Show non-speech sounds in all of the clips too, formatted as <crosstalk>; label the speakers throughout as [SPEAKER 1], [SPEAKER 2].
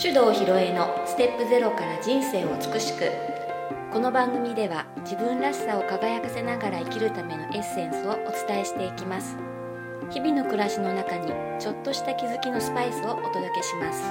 [SPEAKER 1] 手動ひろえのステップゼロから人生を美しくこの番組では自分らしさを輝かせながら生きるためのエッセンスをお伝えしていきます日々の暮らしの中にちょっとした気づきのスパイスをお届けします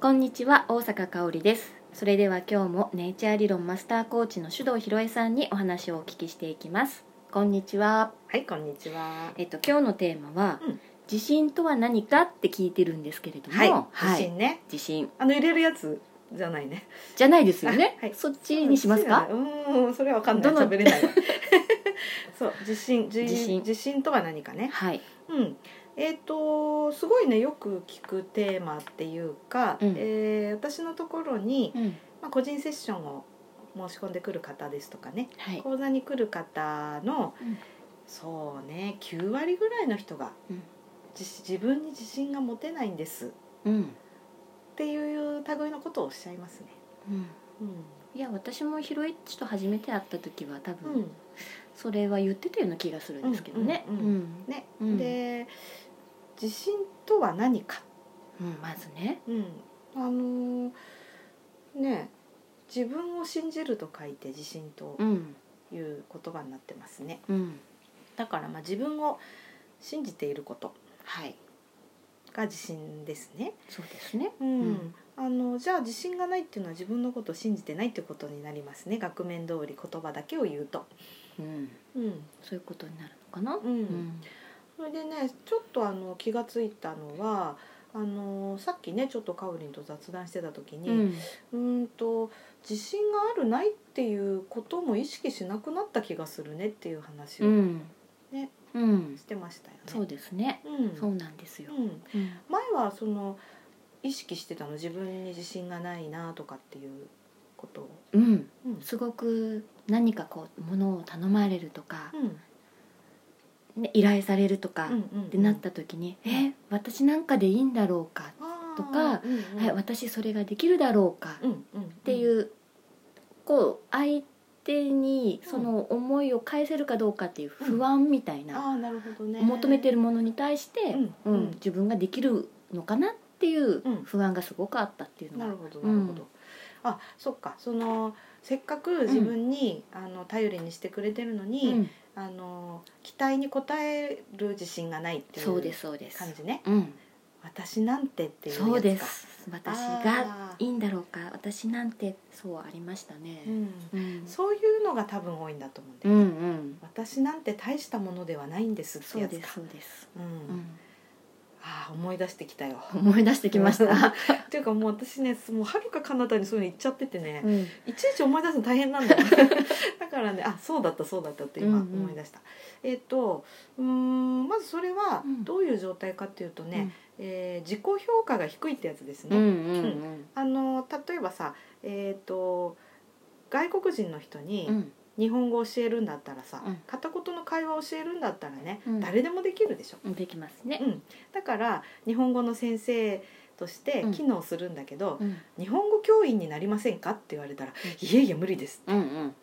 [SPEAKER 1] こんにちは大阪香織ですそれでは今日もネイチャー理論マスターコーチの手動ひろえさんにお話をお聞きしていきますこんにちは
[SPEAKER 2] はい、こんにちは。
[SPEAKER 1] えっと、今日のテーマは、
[SPEAKER 2] うん
[SPEAKER 1] 自信とは何かって聞いてるんですけれども、
[SPEAKER 2] はい、自信ね。
[SPEAKER 1] 自信
[SPEAKER 2] あの入れるやつじゃないね。
[SPEAKER 1] じゃないですよね、
[SPEAKER 2] はい
[SPEAKER 1] そっちにしますか
[SPEAKER 2] うーん、それはわかんない。
[SPEAKER 1] どの
[SPEAKER 2] 喋れ
[SPEAKER 1] <laughs>
[SPEAKER 2] ないわ。そう、自信、自
[SPEAKER 1] 自信
[SPEAKER 2] 信、自信とは何かね。
[SPEAKER 1] はい
[SPEAKER 2] うん。えっ、とすごいねよく聞くテーマっていうか、
[SPEAKER 1] うん
[SPEAKER 2] えー私のところに、
[SPEAKER 1] うん
[SPEAKER 2] まあ、個人セッションを申し込んでくる方ですとかね
[SPEAKER 1] はい
[SPEAKER 2] 講座に来る方の、
[SPEAKER 1] うん
[SPEAKER 2] そうね9割ぐらいの人が
[SPEAKER 1] うん
[SPEAKER 2] 自自分に自信が持てないんです
[SPEAKER 1] うん、
[SPEAKER 2] っていう類のことをおっしゃいますね。
[SPEAKER 1] うん、
[SPEAKER 2] うん
[SPEAKER 1] いや私もひろえっちと初めて会った時は多
[SPEAKER 2] う
[SPEAKER 1] 分
[SPEAKER 2] ん
[SPEAKER 1] それは言ってたような気がするんですけどね
[SPEAKER 2] う
[SPEAKER 1] うんん
[SPEAKER 2] うんね
[SPEAKER 1] うん
[SPEAKER 2] で自信とは何か、
[SPEAKER 1] うんまずね
[SPEAKER 2] うん、あのーね自分を信じると書いて自信と
[SPEAKER 1] うん
[SPEAKER 2] いう言葉になってますね
[SPEAKER 1] うん
[SPEAKER 2] だからまあ自分を信じていること
[SPEAKER 1] はい
[SPEAKER 2] が自信ですね、
[SPEAKER 1] そうですね
[SPEAKER 2] うん
[SPEAKER 1] うん
[SPEAKER 2] あのじゃあ自信がないっていうのは自分のことを信じてないっていうことになりますね額面通り言葉だけを言うと、
[SPEAKER 1] うん
[SPEAKER 2] うん
[SPEAKER 1] そういうことになるのかな
[SPEAKER 2] う、
[SPEAKER 1] うんん
[SPEAKER 2] それでねちょっとあの気がついたのはあのさっきねちょっとかおりんと雑談してた時
[SPEAKER 1] う
[SPEAKER 2] に
[SPEAKER 1] ん
[SPEAKER 2] うーんと自信があるないっていうことも意識しなくなった気がするねっていう話
[SPEAKER 1] う
[SPEAKER 2] を
[SPEAKER 1] ん
[SPEAKER 2] ね
[SPEAKER 1] うん
[SPEAKER 2] してましたよね。
[SPEAKER 1] そうですね
[SPEAKER 2] うん
[SPEAKER 1] そうなんですよ
[SPEAKER 2] うん
[SPEAKER 1] うん
[SPEAKER 2] 前はその意識してたの自分に自信がないなとかっていうことを。
[SPEAKER 1] うん
[SPEAKER 2] うん
[SPEAKER 1] すごく何かこうものを頼まれるとか
[SPEAKER 2] う、ん
[SPEAKER 1] ね、依頼されるとか
[SPEAKER 2] うんうんうん
[SPEAKER 1] ってなった時に「
[SPEAKER 2] うん
[SPEAKER 1] え私なんかでいいんだろうか」
[SPEAKER 2] あー
[SPEAKER 1] とか
[SPEAKER 2] うんうん
[SPEAKER 1] はい、私それができるだろうか」
[SPEAKER 2] う
[SPEAKER 1] っ
[SPEAKER 2] んうんうん、って
[SPEAKER 1] いうう、こう相手にその思いを返せるかどうかっていう不安みたいな、
[SPEAKER 2] あーなるほどね
[SPEAKER 1] 求めて
[SPEAKER 2] る、
[SPEAKER 1] るものに対して、
[SPEAKER 2] うん
[SPEAKER 1] うん
[SPEAKER 2] うん
[SPEAKER 1] 自分ができるのかなっていう
[SPEAKER 2] うん
[SPEAKER 1] 不安がすごくあったっていうの
[SPEAKER 2] な
[SPEAKER 1] は
[SPEAKER 2] るほど
[SPEAKER 1] う
[SPEAKER 2] なんるほど、あそっかそのせっかく自分に、あの頼りにしてくれてるのに、
[SPEAKER 1] うん
[SPEAKER 2] あの期待に応える自信がないってい
[SPEAKER 1] そう
[SPEAKER 2] う
[SPEAKER 1] ですそうです
[SPEAKER 2] 感じね
[SPEAKER 1] うん、
[SPEAKER 2] 私なんてっていうやつか
[SPEAKER 1] そうです私が
[SPEAKER 2] あー
[SPEAKER 1] いいんだろうか私なんてそうありましたね、
[SPEAKER 2] うん、
[SPEAKER 1] うん
[SPEAKER 2] そういうのが多分多いんだと思うんで、
[SPEAKER 1] うんうん
[SPEAKER 2] 私なんて大したものではないんですって
[SPEAKER 1] そう
[SPEAKER 2] やつ
[SPEAKER 1] です
[SPEAKER 2] か
[SPEAKER 1] そうです、
[SPEAKER 2] う、ん
[SPEAKER 1] うん、
[SPEAKER 2] ああ思い出してきたよ
[SPEAKER 1] 思い出してきました、
[SPEAKER 2] <laughs> っていうかもう私ねもうはるか彼方にそういうの言っちゃっててね、
[SPEAKER 1] うん
[SPEAKER 2] いちいち思い出すの大変なんだ
[SPEAKER 1] <laughs>
[SPEAKER 2] よだからねあそうだったそうだったって
[SPEAKER 1] う
[SPEAKER 2] 今
[SPEAKER 1] んうん
[SPEAKER 2] 思い出した、えっ、とうーんまずそれは
[SPEAKER 1] うん
[SPEAKER 2] どういう状態かっていうとね、えー自己評価が低いってやつです
[SPEAKER 1] う
[SPEAKER 2] ね、
[SPEAKER 1] んうん
[SPEAKER 2] あの例えばさえっ、と外国人の人
[SPEAKER 1] うんう
[SPEAKER 2] に
[SPEAKER 1] ん
[SPEAKER 2] 日本語を教えるんだったらさ、
[SPEAKER 1] うん
[SPEAKER 2] 片言の会話を教えるんだったらね、
[SPEAKER 1] うん
[SPEAKER 2] 誰でもできるでしょ
[SPEAKER 1] うんできますね
[SPEAKER 2] だから日本語の先生として機能するんだけど、
[SPEAKER 1] うん
[SPEAKER 2] 日本語教員になりませんかって言われたら「いえいえ無理です」
[SPEAKER 1] うんうん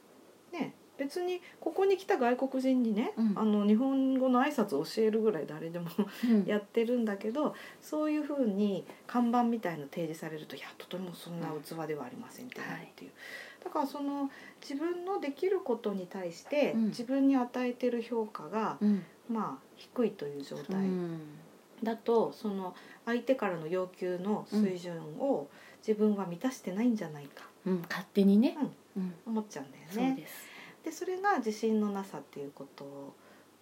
[SPEAKER 2] ね、別にここに来た外国人にね、
[SPEAKER 1] うん
[SPEAKER 2] あの日本語の挨拶を教えるぐらい誰でも <laughs>
[SPEAKER 1] うん
[SPEAKER 2] やってるんだけどそういうふうに看板みたいの提示されると「いやとてもそんな器ではありません」ってなるっていう、だからその自分のできることに対して
[SPEAKER 1] うん
[SPEAKER 2] 自分に与えてる評価が、
[SPEAKER 1] うん
[SPEAKER 2] まあ低いという状
[SPEAKER 1] う
[SPEAKER 2] 態
[SPEAKER 1] ん
[SPEAKER 2] だと、その相手からの要求の水準を自分は満たしてないんじゃないか
[SPEAKER 1] うん勝手にねうん
[SPEAKER 2] 思っちゃうんだよね。
[SPEAKER 1] そうです
[SPEAKER 2] でそれが自信のなさっていうこと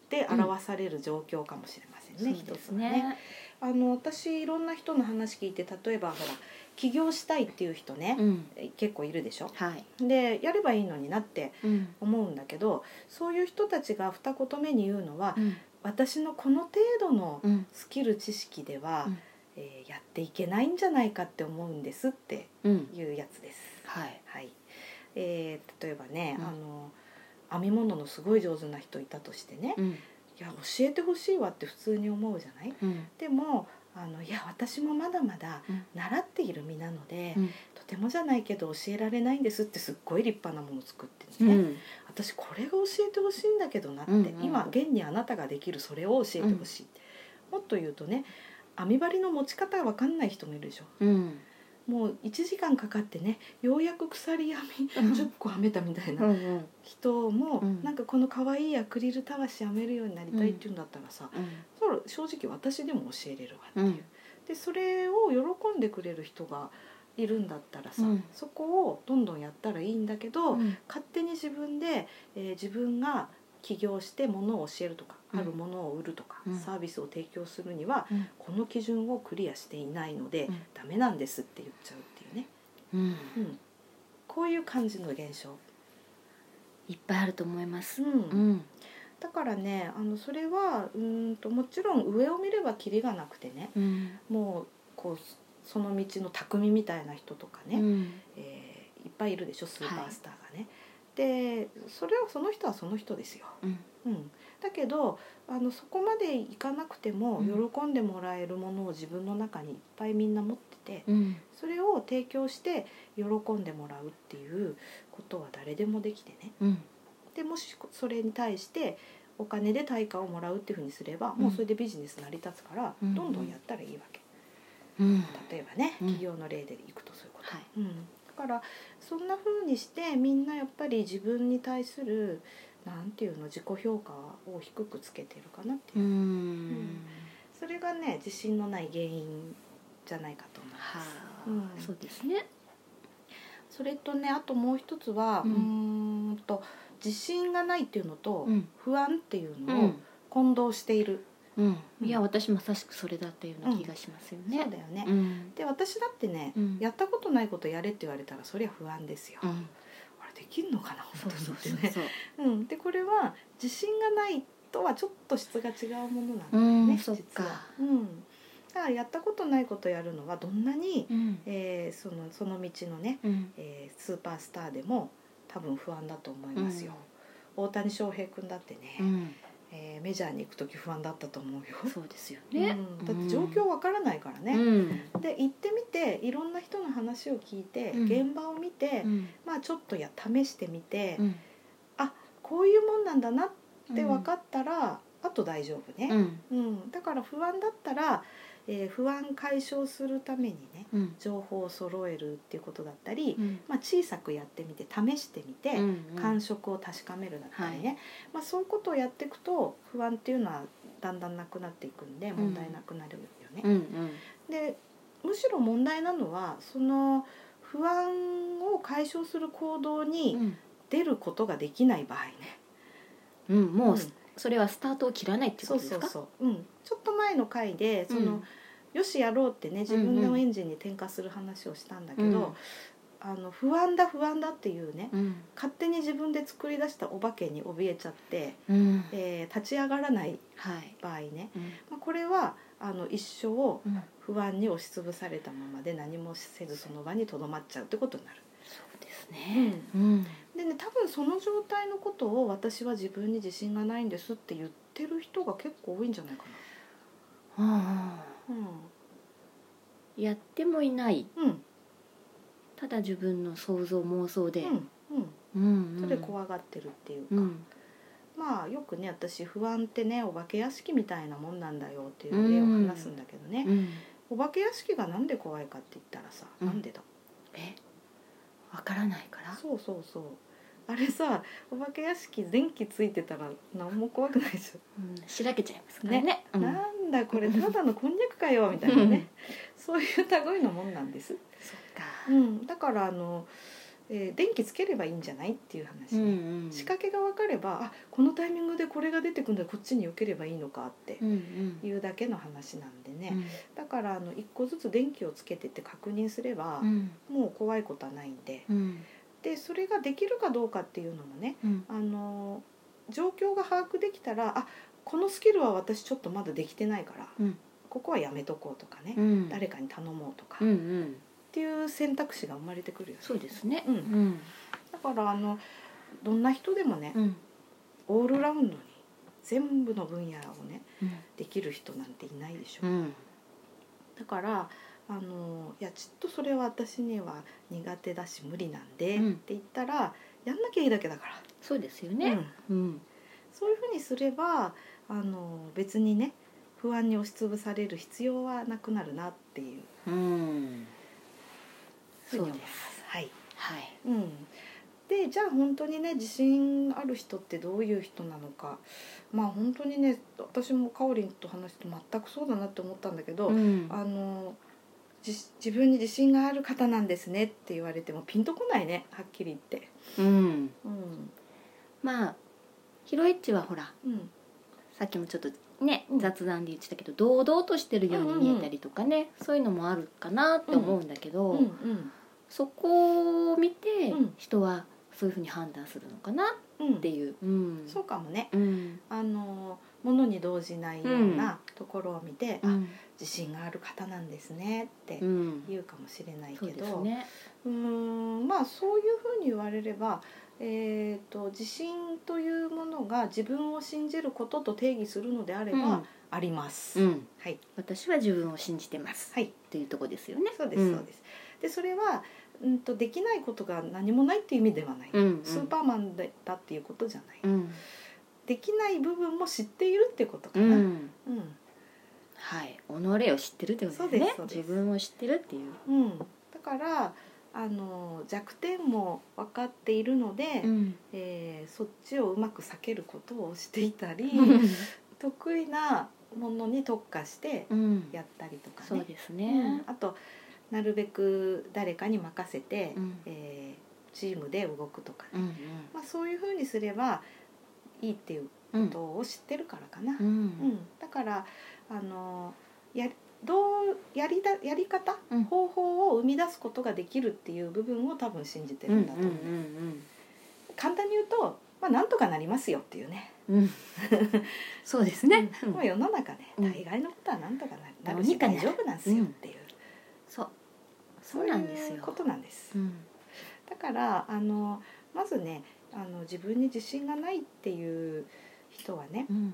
[SPEAKER 2] で表される状況かもしれませんね、
[SPEAKER 1] そう
[SPEAKER 2] 一
[SPEAKER 1] で
[SPEAKER 2] つ
[SPEAKER 1] す
[SPEAKER 2] はね。
[SPEAKER 1] ね
[SPEAKER 2] あの私いろんな人の話聞いて例えばほら起業したいっていう人ね、
[SPEAKER 1] うん
[SPEAKER 2] 結構いるでしょ
[SPEAKER 1] はい
[SPEAKER 2] でやればいいのになって
[SPEAKER 1] うん
[SPEAKER 2] 思うんだけどそういう人たちが二言目に言うのは、
[SPEAKER 1] うん
[SPEAKER 2] 私のこの程度の
[SPEAKER 1] うん
[SPEAKER 2] スキル知識では、
[SPEAKER 1] うん
[SPEAKER 2] えーやっていけないんじゃないかって思うんですって
[SPEAKER 1] うん
[SPEAKER 2] いうやつです。
[SPEAKER 1] はい
[SPEAKER 2] はいえー例えばね、
[SPEAKER 1] うん
[SPEAKER 2] あの編み物のすごい上手な人いたとしてね、
[SPEAKER 1] うん
[SPEAKER 2] いや教えてほしいわって普通に思うじゃない
[SPEAKER 1] うん
[SPEAKER 2] でもあのいや私もまだまだ
[SPEAKER 1] うん
[SPEAKER 2] 習っている身なので、
[SPEAKER 1] うん
[SPEAKER 2] とてもじゃないけど教えられないんですってすっごい立派なもの作って
[SPEAKER 1] う
[SPEAKER 2] ね、
[SPEAKER 1] ん
[SPEAKER 2] 私これが教えてほしいんだけどなって、
[SPEAKER 1] うんうん
[SPEAKER 2] 今現にあなたができるそれを教えてほしい、もっと言うとね編み針の持ち方わかんない人もいるでしょ
[SPEAKER 1] うん
[SPEAKER 2] もう1時間かかってねようやく鎖編み
[SPEAKER 1] うん
[SPEAKER 2] 10個編めたみた
[SPEAKER 1] う
[SPEAKER 2] い
[SPEAKER 1] ん
[SPEAKER 2] な
[SPEAKER 1] うん
[SPEAKER 2] 人も、
[SPEAKER 1] うん
[SPEAKER 2] なんかこの可愛いアクリルたわし編めるようになりたいっていうんだったらさ、それ正直私でも教えれるわって
[SPEAKER 1] う
[SPEAKER 2] いう、
[SPEAKER 1] ん
[SPEAKER 2] でそれを喜んでくれる人がいるんだったらさ、
[SPEAKER 1] うん
[SPEAKER 2] そこをどんどんやったらいいんだけど、
[SPEAKER 1] うん
[SPEAKER 2] 勝手に自分で、えー自分が起業して物を教えるとか、
[SPEAKER 1] うん
[SPEAKER 2] あるものを売るとか、
[SPEAKER 1] うん
[SPEAKER 2] サービスを提供するには
[SPEAKER 1] うん
[SPEAKER 2] この基準をクリアしていないので、
[SPEAKER 1] うん
[SPEAKER 2] ダメなんですって言っちゃうっていうね、
[SPEAKER 1] うん
[SPEAKER 2] うん、こういう感じの現象、
[SPEAKER 1] いっぱいあると思います
[SPEAKER 2] う。、
[SPEAKER 1] うんん
[SPEAKER 2] だからねあのそれはうーんともちろん上を見ればキリがなくてね
[SPEAKER 1] うん
[SPEAKER 2] もうこうその道の匠みたいな人とかね、
[SPEAKER 1] うん
[SPEAKER 2] えーいっぱいいるでしょスーパースターがね。でそれはその人はその人ですよ。
[SPEAKER 1] うん
[SPEAKER 2] うん、だけどあのそこまでいかなくても
[SPEAKER 1] うん
[SPEAKER 2] 喜んでもらえるものを自分の中にいっぱいみんな持ってて
[SPEAKER 1] うん
[SPEAKER 2] それを提供して喜んでもらうっていうことは誰でもできてね
[SPEAKER 1] うん
[SPEAKER 2] でもしそれに対してお金で対価をもらうっていうふうにすればもうそれでビジネス成り立つから
[SPEAKER 1] うん
[SPEAKER 2] どんどんやったらいいわけ
[SPEAKER 1] うん
[SPEAKER 2] 例えばね
[SPEAKER 1] うん
[SPEAKER 2] 企業の例でいくとそういうこと。
[SPEAKER 1] はい
[SPEAKER 2] うん、だからそんな風にしてみんなやっぱり自分に対するなんていうの自己評価を低くつけてるかなっていうう、
[SPEAKER 1] ん
[SPEAKER 2] それがね自信のない原因じゃないかと思います。
[SPEAKER 1] はあ
[SPEAKER 2] うん
[SPEAKER 1] そうですね。
[SPEAKER 2] それとねあともう一つは、う
[SPEAKER 1] う
[SPEAKER 2] ーん、と自信がないっていうのと、
[SPEAKER 1] うん
[SPEAKER 2] 不安っていう
[SPEAKER 1] う
[SPEAKER 2] のを
[SPEAKER 1] ん
[SPEAKER 2] 混同している、
[SPEAKER 1] うんいや私まさしくそれだったような気がしますよ
[SPEAKER 2] そう
[SPEAKER 1] ね。
[SPEAKER 2] だよね。
[SPEAKER 1] うん
[SPEAKER 2] で私だってね、
[SPEAKER 1] うん
[SPEAKER 2] やったことないことやれって言われたらそりゃ不安ですよ。
[SPEAKER 1] う
[SPEAKER 2] あ
[SPEAKER 1] ん
[SPEAKER 2] れできんのかな
[SPEAKER 1] そ
[SPEAKER 2] 本
[SPEAKER 1] う
[SPEAKER 2] 当
[SPEAKER 1] そう
[SPEAKER 2] にって
[SPEAKER 1] そう
[SPEAKER 2] ね。
[SPEAKER 1] そう。
[SPEAKER 2] うん、でこれは自信がないとはちょっと質が違うものなんだ
[SPEAKER 1] う
[SPEAKER 2] よね、
[SPEAKER 1] ん
[SPEAKER 2] 実
[SPEAKER 1] そ
[SPEAKER 2] は
[SPEAKER 1] っか。
[SPEAKER 2] うん、だからやったことないことやるのはどんなに、
[SPEAKER 1] うん
[SPEAKER 2] えーそのその道のね、
[SPEAKER 1] うん
[SPEAKER 2] えースーパースターでも多分不安だと思いますよ、大谷翔平君だってね、
[SPEAKER 1] うん
[SPEAKER 2] えーメジャーに行く時不安だったと思うよ
[SPEAKER 1] そうですよね
[SPEAKER 2] う。ん、だって状況わからないから
[SPEAKER 1] う
[SPEAKER 2] ね、
[SPEAKER 1] ん
[SPEAKER 2] で行ってみていろんな人の話を聞いて、
[SPEAKER 1] うん
[SPEAKER 2] 現場を見て、
[SPEAKER 1] うん
[SPEAKER 2] まあちょっとや試してみて、
[SPEAKER 1] うん
[SPEAKER 2] こういうもんなんだなってって分か
[SPEAKER 1] っ
[SPEAKER 2] ったら、あと大丈夫
[SPEAKER 1] う
[SPEAKER 2] ね、
[SPEAKER 1] ん
[SPEAKER 2] うんだから不安だったら、えー不安解消するためにね
[SPEAKER 1] うん
[SPEAKER 2] 情報を揃えるっていうことだったり、
[SPEAKER 1] うん
[SPEAKER 2] まあ、小さくやってみて試してみて、
[SPEAKER 1] うん
[SPEAKER 2] 感触を確かめるだったりね、
[SPEAKER 1] は
[SPEAKER 2] まあ、そういうことをやっていくと不安っていうのはだんだんなくなっていくんで問題なくなるよね。
[SPEAKER 1] うんうん
[SPEAKER 2] でむしろ問題なのはその不安を解消する行動
[SPEAKER 1] う
[SPEAKER 2] に
[SPEAKER 1] ん
[SPEAKER 2] 出ることができない場合ね。
[SPEAKER 1] うんもう
[SPEAKER 2] うん
[SPEAKER 1] それはスタートを切らないってこ
[SPEAKER 2] そう
[SPEAKER 1] とで
[SPEAKER 2] そ
[SPEAKER 1] す
[SPEAKER 2] う
[SPEAKER 1] か。
[SPEAKER 2] そう、うん、ちょっと前の回でその、
[SPEAKER 1] うん
[SPEAKER 2] よしやろうってね自分
[SPEAKER 1] うんう
[SPEAKER 2] の
[SPEAKER 1] ん
[SPEAKER 2] エンジンに転化する話をしたんだけど、
[SPEAKER 1] うん
[SPEAKER 2] あの不安だ不安だっていうね、
[SPEAKER 1] うん
[SPEAKER 2] 勝手に自分で作り出したお化けに怯えちゃって、
[SPEAKER 1] うん
[SPEAKER 2] えー立ち上がらない
[SPEAKER 1] はい。
[SPEAKER 2] 場合ね、
[SPEAKER 1] うん
[SPEAKER 2] まあ、これはあの一生を
[SPEAKER 1] うん
[SPEAKER 2] 不安に押しつぶされたままで何もせずその場にとどまっちゃうってことになる。
[SPEAKER 1] そうですね。うん
[SPEAKER 2] でね多分その状態のことを私は自分に自信がないんですって言ってる人が結構多いんじゃないか
[SPEAKER 1] あ
[SPEAKER 2] な。
[SPEAKER 1] あやってもいない。
[SPEAKER 2] うん、うん
[SPEAKER 1] ただ自分の想像妄想で。
[SPEAKER 2] うんうん、
[SPEAKER 1] うん
[SPEAKER 2] それで怖がってるっていうか、
[SPEAKER 1] うん
[SPEAKER 2] まあよくね私不安ってねお化け屋敷みたいなもんなんだよっていう例を話すんだけどね、
[SPEAKER 1] うん
[SPEAKER 2] お化け屋敷がなんで怖いかって言ったらさ、
[SPEAKER 1] うん
[SPEAKER 2] なんでだ
[SPEAKER 1] えわからないから。
[SPEAKER 2] そうそうそうあれさお化け屋敷電気ついてたら何も怖くないでしょ、
[SPEAKER 1] うんしらけちゃいますからね。うん
[SPEAKER 2] なんだこれただのこんにゃくかよみたいなねそういう類のもんなんです、
[SPEAKER 1] そっか。
[SPEAKER 2] うん、だからあの、えー電気つければいいんじゃないっていう話、ね
[SPEAKER 1] ん
[SPEAKER 2] 仕掛けが分かればあこのタイミングでこれが出てくるんだこっちに避ければいいのかって
[SPEAKER 1] うんうん
[SPEAKER 2] いうだけの話なんで
[SPEAKER 1] う
[SPEAKER 2] ね、
[SPEAKER 1] ん
[SPEAKER 2] だからあの1個ずつ電気をつけてって確認すれば
[SPEAKER 1] う、ん
[SPEAKER 2] もう怖いことはないんで
[SPEAKER 1] うん
[SPEAKER 2] でそれができるかどうかっていうのもね
[SPEAKER 1] うん
[SPEAKER 2] あの状況が把握できたらあこのスキルは私ちょっとまだできてないから、
[SPEAKER 1] うん
[SPEAKER 2] ここはやめとこうとかね、
[SPEAKER 1] うん
[SPEAKER 2] 誰かに頼もうとか、
[SPEAKER 1] うん
[SPEAKER 2] っ
[SPEAKER 1] うん
[SPEAKER 2] ていう選択肢が生まれてくるよね
[SPEAKER 1] そうですね。
[SPEAKER 2] うん
[SPEAKER 1] ん
[SPEAKER 2] だからあのどんな人でもね、
[SPEAKER 1] うん
[SPEAKER 2] オールラウンドに全部の分野をね
[SPEAKER 1] うん
[SPEAKER 2] できる人なんていないでしょ、
[SPEAKER 1] うん
[SPEAKER 2] だからあのいやちょっとそれは私には苦手だし無理なんで、
[SPEAKER 1] うん
[SPEAKER 2] って言ったらやんなきゃいいだけだから、
[SPEAKER 1] そうですよ
[SPEAKER 2] う
[SPEAKER 1] ね。
[SPEAKER 2] ん
[SPEAKER 1] うん
[SPEAKER 2] そういうふうにすればあの別にね不安に押しつぶされる必要はなくなるなってい
[SPEAKER 1] う
[SPEAKER 2] う
[SPEAKER 1] ん
[SPEAKER 2] ふ
[SPEAKER 1] そ
[SPEAKER 2] うに
[SPEAKER 1] う
[SPEAKER 2] 思
[SPEAKER 1] で
[SPEAKER 2] い
[SPEAKER 1] す
[SPEAKER 2] ます。はい
[SPEAKER 1] はい
[SPEAKER 2] うん、でじゃあ本当にね自信ある人ってどういう人なのかまあ本当にね私もかおりんと話して全くそうだなって思ったんだけど、
[SPEAKER 1] ん
[SPEAKER 2] あの自自分に自信がある方なんですねって言われてもピンとこないねはっきり言って。
[SPEAKER 1] うん、
[SPEAKER 2] うん
[SPEAKER 1] まあヒロエッチはほら
[SPEAKER 2] うん
[SPEAKER 1] さっきもちょっとね、
[SPEAKER 2] うん
[SPEAKER 1] 雑談で言ってたけど堂々としてるように見えたりとかね、そういうのもあるかなって思うんだけど、
[SPEAKER 2] うんうん
[SPEAKER 1] そこを見て
[SPEAKER 2] うん
[SPEAKER 1] 人はそういうふうに判断するのかな
[SPEAKER 2] うん
[SPEAKER 1] っていう、うん
[SPEAKER 2] そうかもね
[SPEAKER 1] うん
[SPEAKER 2] あのものに動じないようなところを見て、
[SPEAKER 1] う
[SPEAKER 2] あ
[SPEAKER 1] ん
[SPEAKER 2] 自信がある方なんですねって
[SPEAKER 1] うん
[SPEAKER 2] 言うかもしれない
[SPEAKER 1] そ
[SPEAKER 2] け
[SPEAKER 1] うで
[SPEAKER 2] ど、
[SPEAKER 1] すね
[SPEAKER 2] うーんまあそういうふうに言われれば、えー、と自信というものが自分を信じることと定義するのであれば、あります。
[SPEAKER 1] うんうん、
[SPEAKER 2] はい、
[SPEAKER 1] 私は自分を信じてます、
[SPEAKER 2] はい
[SPEAKER 1] というとこですよね。
[SPEAKER 2] そうです
[SPEAKER 1] うん
[SPEAKER 2] そうです、でそれは、うん、とできないことが何もないっていう意味ではない、
[SPEAKER 1] うんうん
[SPEAKER 2] スーパーマンだったっていうことじゃない、
[SPEAKER 1] うん
[SPEAKER 2] できない部分も知っているってことか
[SPEAKER 1] う
[SPEAKER 2] な、
[SPEAKER 1] ん
[SPEAKER 2] うん
[SPEAKER 1] はい、己を知ってるってことですね
[SPEAKER 2] そうですそうです
[SPEAKER 1] 自分を知ってるっていう、
[SPEAKER 2] うん、だからあの弱点も分かっているので、
[SPEAKER 1] ん、
[SPEAKER 2] えーそっちをうまく避けることをしていたり
[SPEAKER 1] う
[SPEAKER 2] 得意なものに特化して
[SPEAKER 1] ん、
[SPEAKER 2] やったりとか
[SPEAKER 1] そう
[SPEAKER 2] ね
[SPEAKER 1] です
[SPEAKER 2] うん
[SPEAKER 1] ね、
[SPEAKER 2] あとなるべく誰かに任せて、
[SPEAKER 1] うん
[SPEAKER 2] えーチームで動くとかね、
[SPEAKER 1] うん
[SPEAKER 2] まあ、そういうふうにすればいいっていう
[SPEAKER 1] うん
[SPEAKER 2] ことを知ってるからか
[SPEAKER 1] う
[SPEAKER 2] な。うんん、だからあのやどうやりだやり方、
[SPEAKER 1] うん
[SPEAKER 2] 方法を生み出すことができるっていう部分を多分信じて
[SPEAKER 1] う
[SPEAKER 2] る
[SPEAKER 1] んうん
[SPEAKER 2] だと思う、簡単に言うと、まあ、なんとかなりますよっていうね、
[SPEAKER 1] んうんうんそうですね、うん
[SPEAKER 2] もう世の中ね、
[SPEAKER 1] うん
[SPEAKER 2] 大概のことはなんとかなな
[SPEAKER 1] ど
[SPEAKER 2] る
[SPEAKER 1] う
[SPEAKER 2] し
[SPEAKER 1] にかな
[SPEAKER 2] 大
[SPEAKER 1] る
[SPEAKER 2] 丈夫なんですよっていう、
[SPEAKER 1] そう
[SPEAKER 2] そ
[SPEAKER 1] そうう
[SPEAKER 2] い
[SPEAKER 1] なんです
[SPEAKER 2] う
[SPEAKER 1] よ
[SPEAKER 2] ことなんです。
[SPEAKER 1] うん
[SPEAKER 2] だからあのまずねあの自分に自信がないっていう人はね
[SPEAKER 1] うん
[SPEAKER 2] うん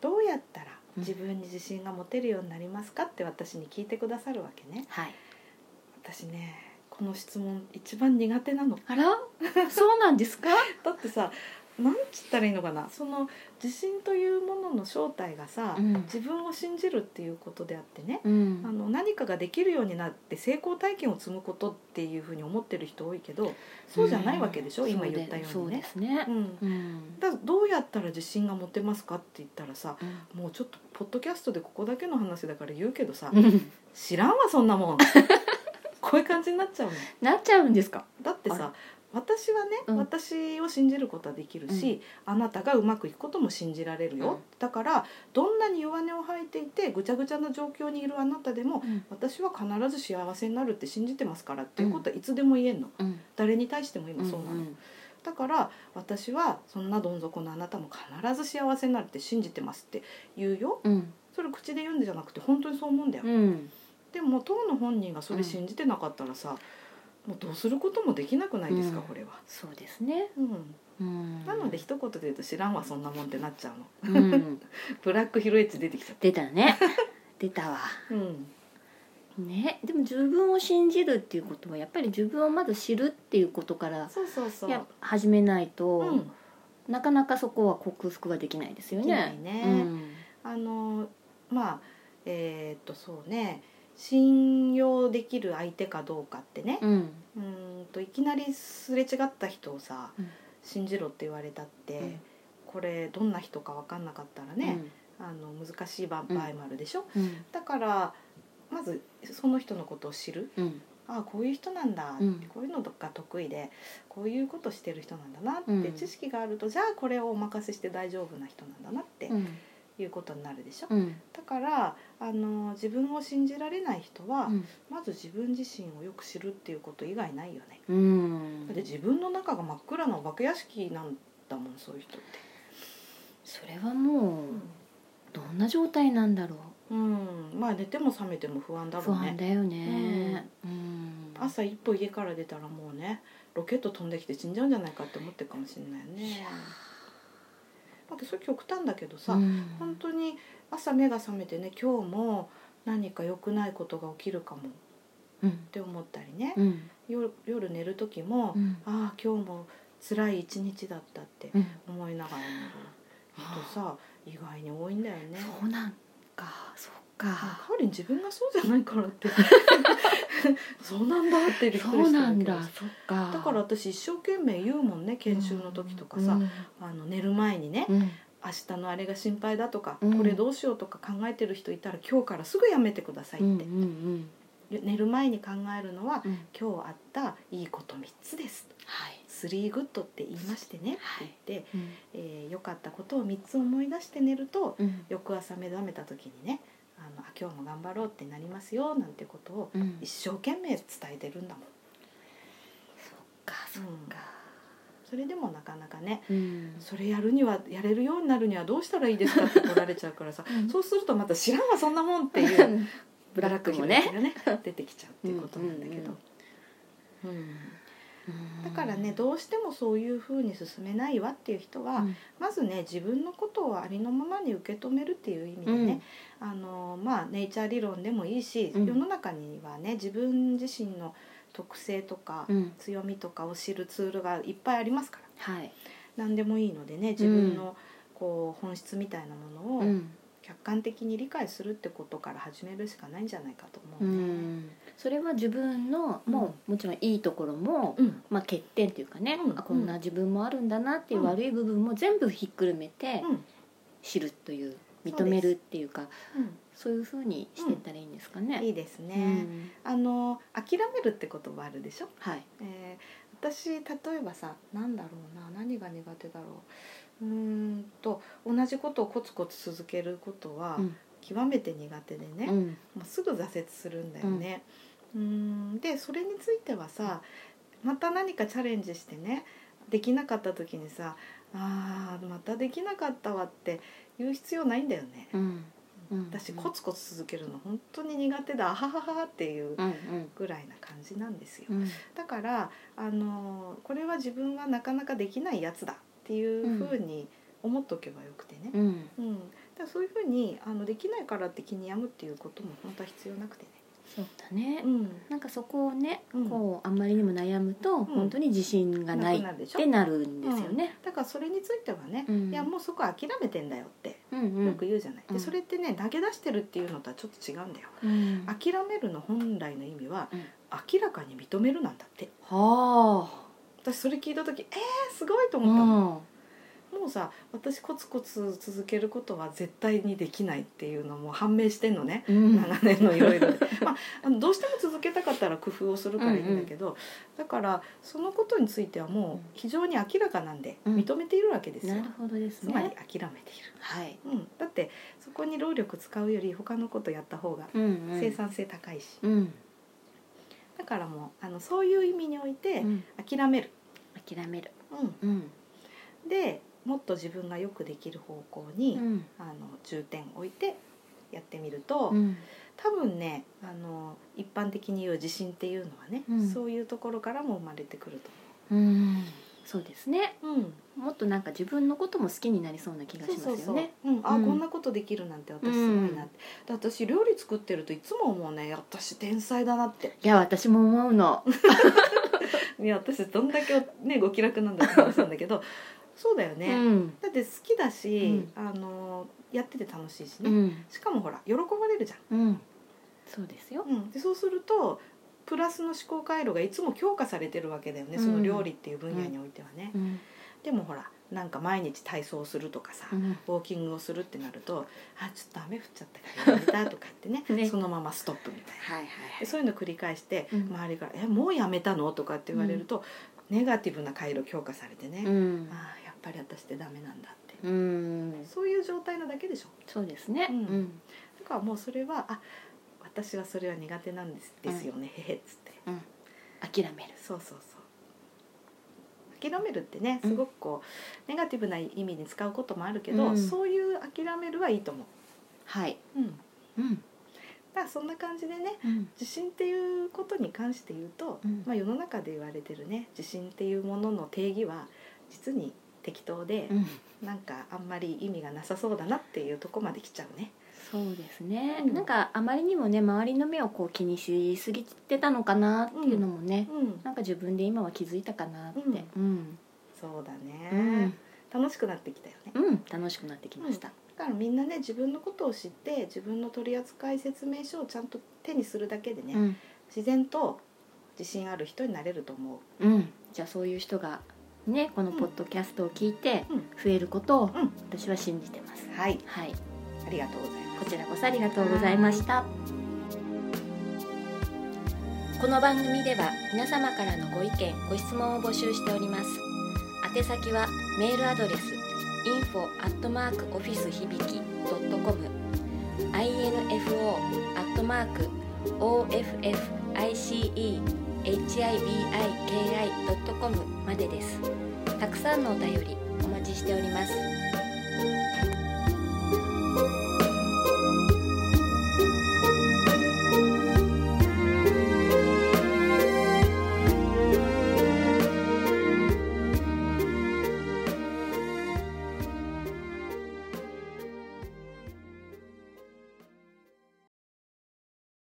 [SPEAKER 2] どうやったら
[SPEAKER 1] うん
[SPEAKER 2] 自分に自信が持てるようになりますかって私に聞いてくださるわけね。
[SPEAKER 1] はい
[SPEAKER 2] 私ねこの質問一番苦手なの <laughs>
[SPEAKER 1] あらそうなんですか
[SPEAKER 2] だってさなんつったらいいのかなその自信というものの正体がさ、
[SPEAKER 1] うん
[SPEAKER 2] 自分を信じるっていうことであってね、
[SPEAKER 1] う
[SPEAKER 2] あ
[SPEAKER 1] ん
[SPEAKER 2] の何かができるようになって成功体験を積むことっていうふうに思ってる人多いけどそうじゃないわけでしょ、
[SPEAKER 1] ん
[SPEAKER 2] 今言ったよう
[SPEAKER 1] そう
[SPEAKER 2] に
[SPEAKER 1] で
[SPEAKER 2] ね。
[SPEAKER 1] すね
[SPEAKER 2] うん
[SPEAKER 1] うん
[SPEAKER 2] だからどうやったら自信が持てますかって言ったらさ
[SPEAKER 1] うん
[SPEAKER 2] もうちょっとポッドキャストでここだけの話だから言うけどさ
[SPEAKER 1] うん
[SPEAKER 2] 知らんわそんなもんこういう感じになっちゃうの
[SPEAKER 1] <laughs> なっちゃうんですか
[SPEAKER 2] だって
[SPEAKER 1] あ
[SPEAKER 2] さ私はね、
[SPEAKER 1] うん
[SPEAKER 2] 私を信じることはできるし、あなたがうまくいくことも信じられるよ、
[SPEAKER 1] うん
[SPEAKER 2] だからどんなに弱音を吐いていてぐちゃぐちゃな状況にいるあなたでも
[SPEAKER 1] うん
[SPEAKER 2] 私は必ず幸せになるって信じてますからっていうことはいつでも言えんの、
[SPEAKER 1] うん
[SPEAKER 2] 誰に対しても今そうなの、
[SPEAKER 1] ん
[SPEAKER 2] だから私はそんなどん底のあなたも必ず幸せになるって信じてますって言うよ
[SPEAKER 1] うん
[SPEAKER 2] それ口で言うんじゃなくて本当にそう思うんだよ、
[SPEAKER 1] うん
[SPEAKER 2] でも当の本人がそれ信じてなかったらさ、もうどうすることもできなくないですか、
[SPEAKER 1] うん
[SPEAKER 2] これは。
[SPEAKER 1] そうですねう
[SPEAKER 2] うん
[SPEAKER 1] ん
[SPEAKER 2] なので一言で言うと知らんわそんなもんってなっちゃうの
[SPEAKER 1] うん
[SPEAKER 2] ブラックヒロエッジ出てきちゃっ
[SPEAKER 1] 出た
[SPEAKER 2] <laughs>
[SPEAKER 1] ね出たわ
[SPEAKER 2] たうん
[SPEAKER 1] ね、でも自分を信じるっていうことはやっぱり自分をまず知るっていうことから
[SPEAKER 2] そうそうそ
[SPEAKER 1] いや
[SPEAKER 2] う
[SPEAKER 1] 始めないと、
[SPEAKER 2] うん
[SPEAKER 1] なかなかそこは克服はできないですよ
[SPEAKER 2] できない
[SPEAKER 1] ね。
[SPEAKER 2] ね、
[SPEAKER 1] うん
[SPEAKER 2] あのまあえーっとそうね信用できる相手かどうかってね
[SPEAKER 1] うん
[SPEAKER 2] うーんといきなりすれ違った人をさ、
[SPEAKER 1] うん
[SPEAKER 2] 信じろって言われたって、
[SPEAKER 1] うん
[SPEAKER 2] これどんな人か分かんなかったらね、あの難しい場合もあるでしょ、
[SPEAKER 1] うん
[SPEAKER 2] だからまずその人のことを知る
[SPEAKER 1] うん
[SPEAKER 2] ああこういう人なんだ、
[SPEAKER 1] うん
[SPEAKER 2] こういうのが得意でこういうことしてる人なんだなって、
[SPEAKER 1] うん
[SPEAKER 2] 知識があるとじゃあこれをお任せして大丈夫な人なんだなって
[SPEAKER 1] うん
[SPEAKER 2] いうことになるでしょ、
[SPEAKER 1] うん
[SPEAKER 2] だからあの自分を信じられない人は、
[SPEAKER 1] うん
[SPEAKER 2] まず自分自身をよく知るっていうこと以外ないよね、
[SPEAKER 1] うん
[SPEAKER 2] だって自分の中が真っ暗なお化け屋敷なんだもんそういう人って、
[SPEAKER 1] それはもうどんな状態なんだろ
[SPEAKER 2] うんまあ寝ても覚めても不安
[SPEAKER 1] う
[SPEAKER 2] だろ
[SPEAKER 1] 不
[SPEAKER 2] う
[SPEAKER 1] 安
[SPEAKER 2] ね
[SPEAKER 1] だよね。うん
[SPEAKER 2] 朝一歩家から出たらもうねロケット飛んできて死んじゃうんじゃないかって思ってるかもしれないよ
[SPEAKER 1] い
[SPEAKER 2] ね
[SPEAKER 1] や
[SPEAKER 2] だってそれ極端だけど
[SPEAKER 1] ー
[SPEAKER 2] さ、
[SPEAKER 1] うん
[SPEAKER 2] 本当に朝目が覚めてね今日も何か良くないことが起きるかもっ
[SPEAKER 1] うん
[SPEAKER 2] て思ったりね、
[SPEAKER 1] うん
[SPEAKER 2] 夜夜寝る時も、
[SPEAKER 1] うん
[SPEAKER 2] ああ今日も辛い一日だったって
[SPEAKER 1] うん
[SPEAKER 2] 思いながら寝る、とさ意外に多いんだよね。
[SPEAKER 1] そうなんかそっか
[SPEAKER 2] カオリン自分がそうじゃないからって
[SPEAKER 1] <laughs>
[SPEAKER 2] そうなんだってびっく
[SPEAKER 1] そ
[SPEAKER 2] り
[SPEAKER 1] う
[SPEAKER 2] し
[SPEAKER 1] な
[SPEAKER 2] た
[SPEAKER 1] ん
[SPEAKER 2] けど
[SPEAKER 1] だそっか
[SPEAKER 2] だから私一生懸命言うもんね研修の時とかさ、
[SPEAKER 1] うん
[SPEAKER 2] あの寝る前にね、
[SPEAKER 1] うん
[SPEAKER 2] 明日のあれが心配だとか、
[SPEAKER 1] うん
[SPEAKER 2] これどうしようとか考えてる人いたら今日からすぐやめてくださいっ
[SPEAKER 1] う
[SPEAKER 2] て、
[SPEAKER 1] んうん
[SPEAKER 2] 寝る前に考えるのは
[SPEAKER 1] うんうん
[SPEAKER 2] 今日あったいいこと3つです
[SPEAKER 1] はい
[SPEAKER 2] 3グッドって言いましてねって
[SPEAKER 1] はい
[SPEAKER 2] 言って、
[SPEAKER 1] うん
[SPEAKER 2] えー良かったことを3つ思い出して寝ると
[SPEAKER 1] うん
[SPEAKER 2] 翌朝目覚めた時にねあのあ今日も頑張ろうってなりますよなんてことを
[SPEAKER 1] うん
[SPEAKER 2] 一生懸命伝えてるんだもん
[SPEAKER 1] そっかそっか
[SPEAKER 2] それでもなかなかね
[SPEAKER 1] うん
[SPEAKER 2] それやるにはやれるようになるにはどうしたらいいですかって来られちゃうからさ
[SPEAKER 1] うん
[SPEAKER 2] そうするとまた知らんわそんなもんっていう
[SPEAKER 1] ブラックも
[SPEAKER 2] ブ
[SPEAKER 1] ね
[SPEAKER 2] ラック広がりがね出てきちゃうっていうことなんだけど、うんだからねどうしてもそういうふうに進めないわっていう人は、
[SPEAKER 1] うん
[SPEAKER 2] まずね自分のことをありのままに受け止めるっていう意味でね、あのまあネイチャー理論でもいいし、
[SPEAKER 1] うん
[SPEAKER 2] 世の中にはね自分自身の特性とか、
[SPEAKER 1] うん
[SPEAKER 2] 強みとかを知るツールがいっぱいありますから
[SPEAKER 1] はい
[SPEAKER 2] 何でもいいのでね自分のこう本質みたいなも
[SPEAKER 1] う
[SPEAKER 2] のを
[SPEAKER 1] ん
[SPEAKER 2] 客観的に理解するってことから始めるしかないんじゃないかと思う
[SPEAKER 1] う
[SPEAKER 2] ね。
[SPEAKER 1] んそれは自分のもうもちろんいいところも
[SPEAKER 2] うん
[SPEAKER 1] まあ欠点っていうかね
[SPEAKER 2] うん
[SPEAKER 1] あこんな自分もあるんだなっていう悪い部分も全部ひっくるめて
[SPEAKER 2] うん
[SPEAKER 1] 知るという
[SPEAKER 2] うん
[SPEAKER 1] 認めるっていうかそういうふうにしていったらいいんですか
[SPEAKER 2] うんい
[SPEAKER 1] ね。
[SPEAKER 2] いです
[SPEAKER 1] う
[SPEAKER 2] ね、
[SPEAKER 1] ん
[SPEAKER 2] あの諦めるって言葉あるでしょ
[SPEAKER 1] はい
[SPEAKER 2] えー私例えばさ何だろうな何が苦手だろううーんと同じことをコツコツ続けることは
[SPEAKER 1] うん
[SPEAKER 2] 極めて苦手でね、
[SPEAKER 1] う
[SPEAKER 2] も
[SPEAKER 1] ん
[SPEAKER 2] うすぐ挫折するんだよね。うーんでそれについてはさまた何かチャレンジしてねできなかった時にさ「あーまたできなかったわ」って言う必要ないんだよね。
[SPEAKER 1] うんうん
[SPEAKER 2] 私
[SPEAKER 1] うん
[SPEAKER 2] コツコツ続けるの本当に苦手だあははははっていう
[SPEAKER 1] うん
[SPEAKER 2] ぐらいな感じなんですよ
[SPEAKER 1] う。ん
[SPEAKER 2] だからあのこれは自分はなかなかできないやつだっていうふうに思っとけばよくてね、
[SPEAKER 1] うん
[SPEAKER 2] うんだからそういうふうにあのできないからって気に病むっていうことも本当は必要なくてね。
[SPEAKER 1] そうだね
[SPEAKER 2] うん
[SPEAKER 1] なんかそこをね
[SPEAKER 2] うん
[SPEAKER 1] こうあんまりにも悩むと本当に自信がない
[SPEAKER 2] く
[SPEAKER 1] っ
[SPEAKER 2] るでしょ
[SPEAKER 1] てなるんですよね。
[SPEAKER 2] だからそれについてはね、
[SPEAKER 1] うん
[SPEAKER 2] いやもうそこ諦めてんだよって
[SPEAKER 1] うんうん
[SPEAKER 2] よく言うじゃない、
[SPEAKER 1] うん
[SPEAKER 2] でそれってね投げ出してるっていうのとはちょっと違うんだよ
[SPEAKER 1] うん
[SPEAKER 2] 諦めるの本来の意味は、
[SPEAKER 1] うん
[SPEAKER 2] 明らかに認めるなんだって
[SPEAKER 1] は
[SPEAKER 2] 私それ聞いた時えー、すごいと
[SPEAKER 1] あ、
[SPEAKER 2] 思ったの、もうさ私コツコツ続けることは絶対にできないっていうのも判明してんのね、
[SPEAKER 1] うん、
[SPEAKER 2] 7年のいろ
[SPEAKER 1] <laughs>
[SPEAKER 2] いろで、まああの、どうしても続けたかったら工夫をするからいいんだけど、だからそのことについてはもう非常に明らかなんで
[SPEAKER 1] うん
[SPEAKER 2] 認めているわけですよ、
[SPEAKER 1] なるほどです
[SPEAKER 2] つまり
[SPEAKER 1] ね。
[SPEAKER 2] 諦めてい
[SPEAKER 1] はい。
[SPEAKER 2] る、うん、だってそこに労力使うより他のことやった方が
[SPEAKER 1] うん、うん。
[SPEAKER 2] 生産性高いし、
[SPEAKER 1] うん。
[SPEAKER 2] だからもうあのそういう意味において
[SPEAKER 1] うん。
[SPEAKER 2] 諦める、
[SPEAKER 1] 諦める。
[SPEAKER 2] う
[SPEAKER 1] うん。
[SPEAKER 2] ん、でもっと自分がよくできる方向
[SPEAKER 1] う
[SPEAKER 2] に、
[SPEAKER 1] ん。
[SPEAKER 2] あの重点を置いてやってみると、
[SPEAKER 1] うん。
[SPEAKER 2] 多分ねあの一般的に言う自信っていうのはね、
[SPEAKER 1] うん
[SPEAKER 2] そういうところからも生まれてくると
[SPEAKER 1] うん。そうですね。
[SPEAKER 2] 思う。うん、
[SPEAKER 1] もっとなんか自分のことも好きになりそうな気がし
[SPEAKER 2] そ
[SPEAKER 1] ま
[SPEAKER 2] う
[SPEAKER 1] すよ
[SPEAKER 2] そうそう
[SPEAKER 1] ね。。
[SPEAKER 2] うん、あ、
[SPEAKER 1] うん
[SPEAKER 2] こんなことできるなんて私すごいなって。で私料理作ってるといつも思うね、私天才だなって。
[SPEAKER 1] いや、私も思うの。
[SPEAKER 2] いや私どんだけねご気楽なんだって話なんだけど、 <laughs> そうだよね。
[SPEAKER 1] うん。
[SPEAKER 2] だって好きだし、
[SPEAKER 1] う
[SPEAKER 2] あのやってて楽しいし
[SPEAKER 1] う
[SPEAKER 2] ね。
[SPEAKER 1] ん。
[SPEAKER 2] しかもほら喜ばれるじゃん。
[SPEAKER 1] うん。そうですよ。
[SPEAKER 2] うん、でそうするとプラスの思考回路がいつも強化されてるわけだよね、
[SPEAKER 1] うん
[SPEAKER 2] その料理っていう分野においてはね、
[SPEAKER 1] うん。
[SPEAKER 2] でもほらなんか毎日体操するとかさ、
[SPEAKER 1] うん。
[SPEAKER 2] ウォーキングをするってなると「あちょっと雨降っちゃったからやめた」とか言ってね
[SPEAKER 1] ね
[SPEAKER 2] そのままストップみたいな
[SPEAKER 1] はいはい
[SPEAKER 2] でそういうの繰り返して、
[SPEAKER 1] うん
[SPEAKER 2] 周りから「えもうやめたの?」とかって言われると、ネガティブな回路強化されてね、
[SPEAKER 1] はい。うん。
[SPEAKER 2] ああやっぱり私ってダメなんだって、
[SPEAKER 1] うん。
[SPEAKER 2] そういう状態なだけでしょ
[SPEAKER 1] そうですね。
[SPEAKER 2] う
[SPEAKER 1] うんん。
[SPEAKER 2] だからもうそれは「あ私はそれは苦手なんです,、ですよねへへ」っつって。
[SPEAKER 1] うん。諦める。
[SPEAKER 2] そうそうそう諦めるってね
[SPEAKER 1] うん
[SPEAKER 2] すごくこう、ネガティブな意味に使うこともあるけど、
[SPEAKER 1] うん
[SPEAKER 2] そういう諦めるはいいと思
[SPEAKER 1] はい。
[SPEAKER 2] う、うん、だ
[SPEAKER 1] うん。
[SPEAKER 2] からそんな感じでね
[SPEAKER 1] うん。
[SPEAKER 2] 自信っていうことに関して言うと、
[SPEAKER 1] うん
[SPEAKER 2] まあ、世の中で言われてるね自信っていうものの定義は実に適当で
[SPEAKER 1] う、ん。
[SPEAKER 2] なんかあんまり意味がなさそうだなっていうとこまで来ちゃうね。
[SPEAKER 1] そうですね、
[SPEAKER 2] うん
[SPEAKER 1] なんかあまりにもね周りの目をこう気にしすぎてたのかなっていうのもね、
[SPEAKER 2] うん、
[SPEAKER 1] なんか自分で今は気づいたかなって、うん
[SPEAKER 2] そうだね、
[SPEAKER 1] うん
[SPEAKER 2] 楽しくなってきたよね。
[SPEAKER 1] うん楽しくなってきました、
[SPEAKER 2] だからみんなね自分のことを知って自分の取扱説明書をちゃんと手にするだけでね、
[SPEAKER 1] うん
[SPEAKER 2] 自然と自信ある人になれると思
[SPEAKER 1] うん、じゃあそういう人がねこのポッドキャストを聞いて
[SPEAKER 2] う。うん、
[SPEAKER 1] 増えることを
[SPEAKER 2] ん
[SPEAKER 1] 私は信じてます、
[SPEAKER 2] はい、
[SPEAKER 1] はい
[SPEAKER 2] ありがとうございます。
[SPEAKER 1] こちらこそありがとうございました。この番組では皆様からのご意見、ご質問を募集しております。宛先はメールアドレス info office 響き .com info officehibiki.com までです。たくさんのお便りお待ちしております。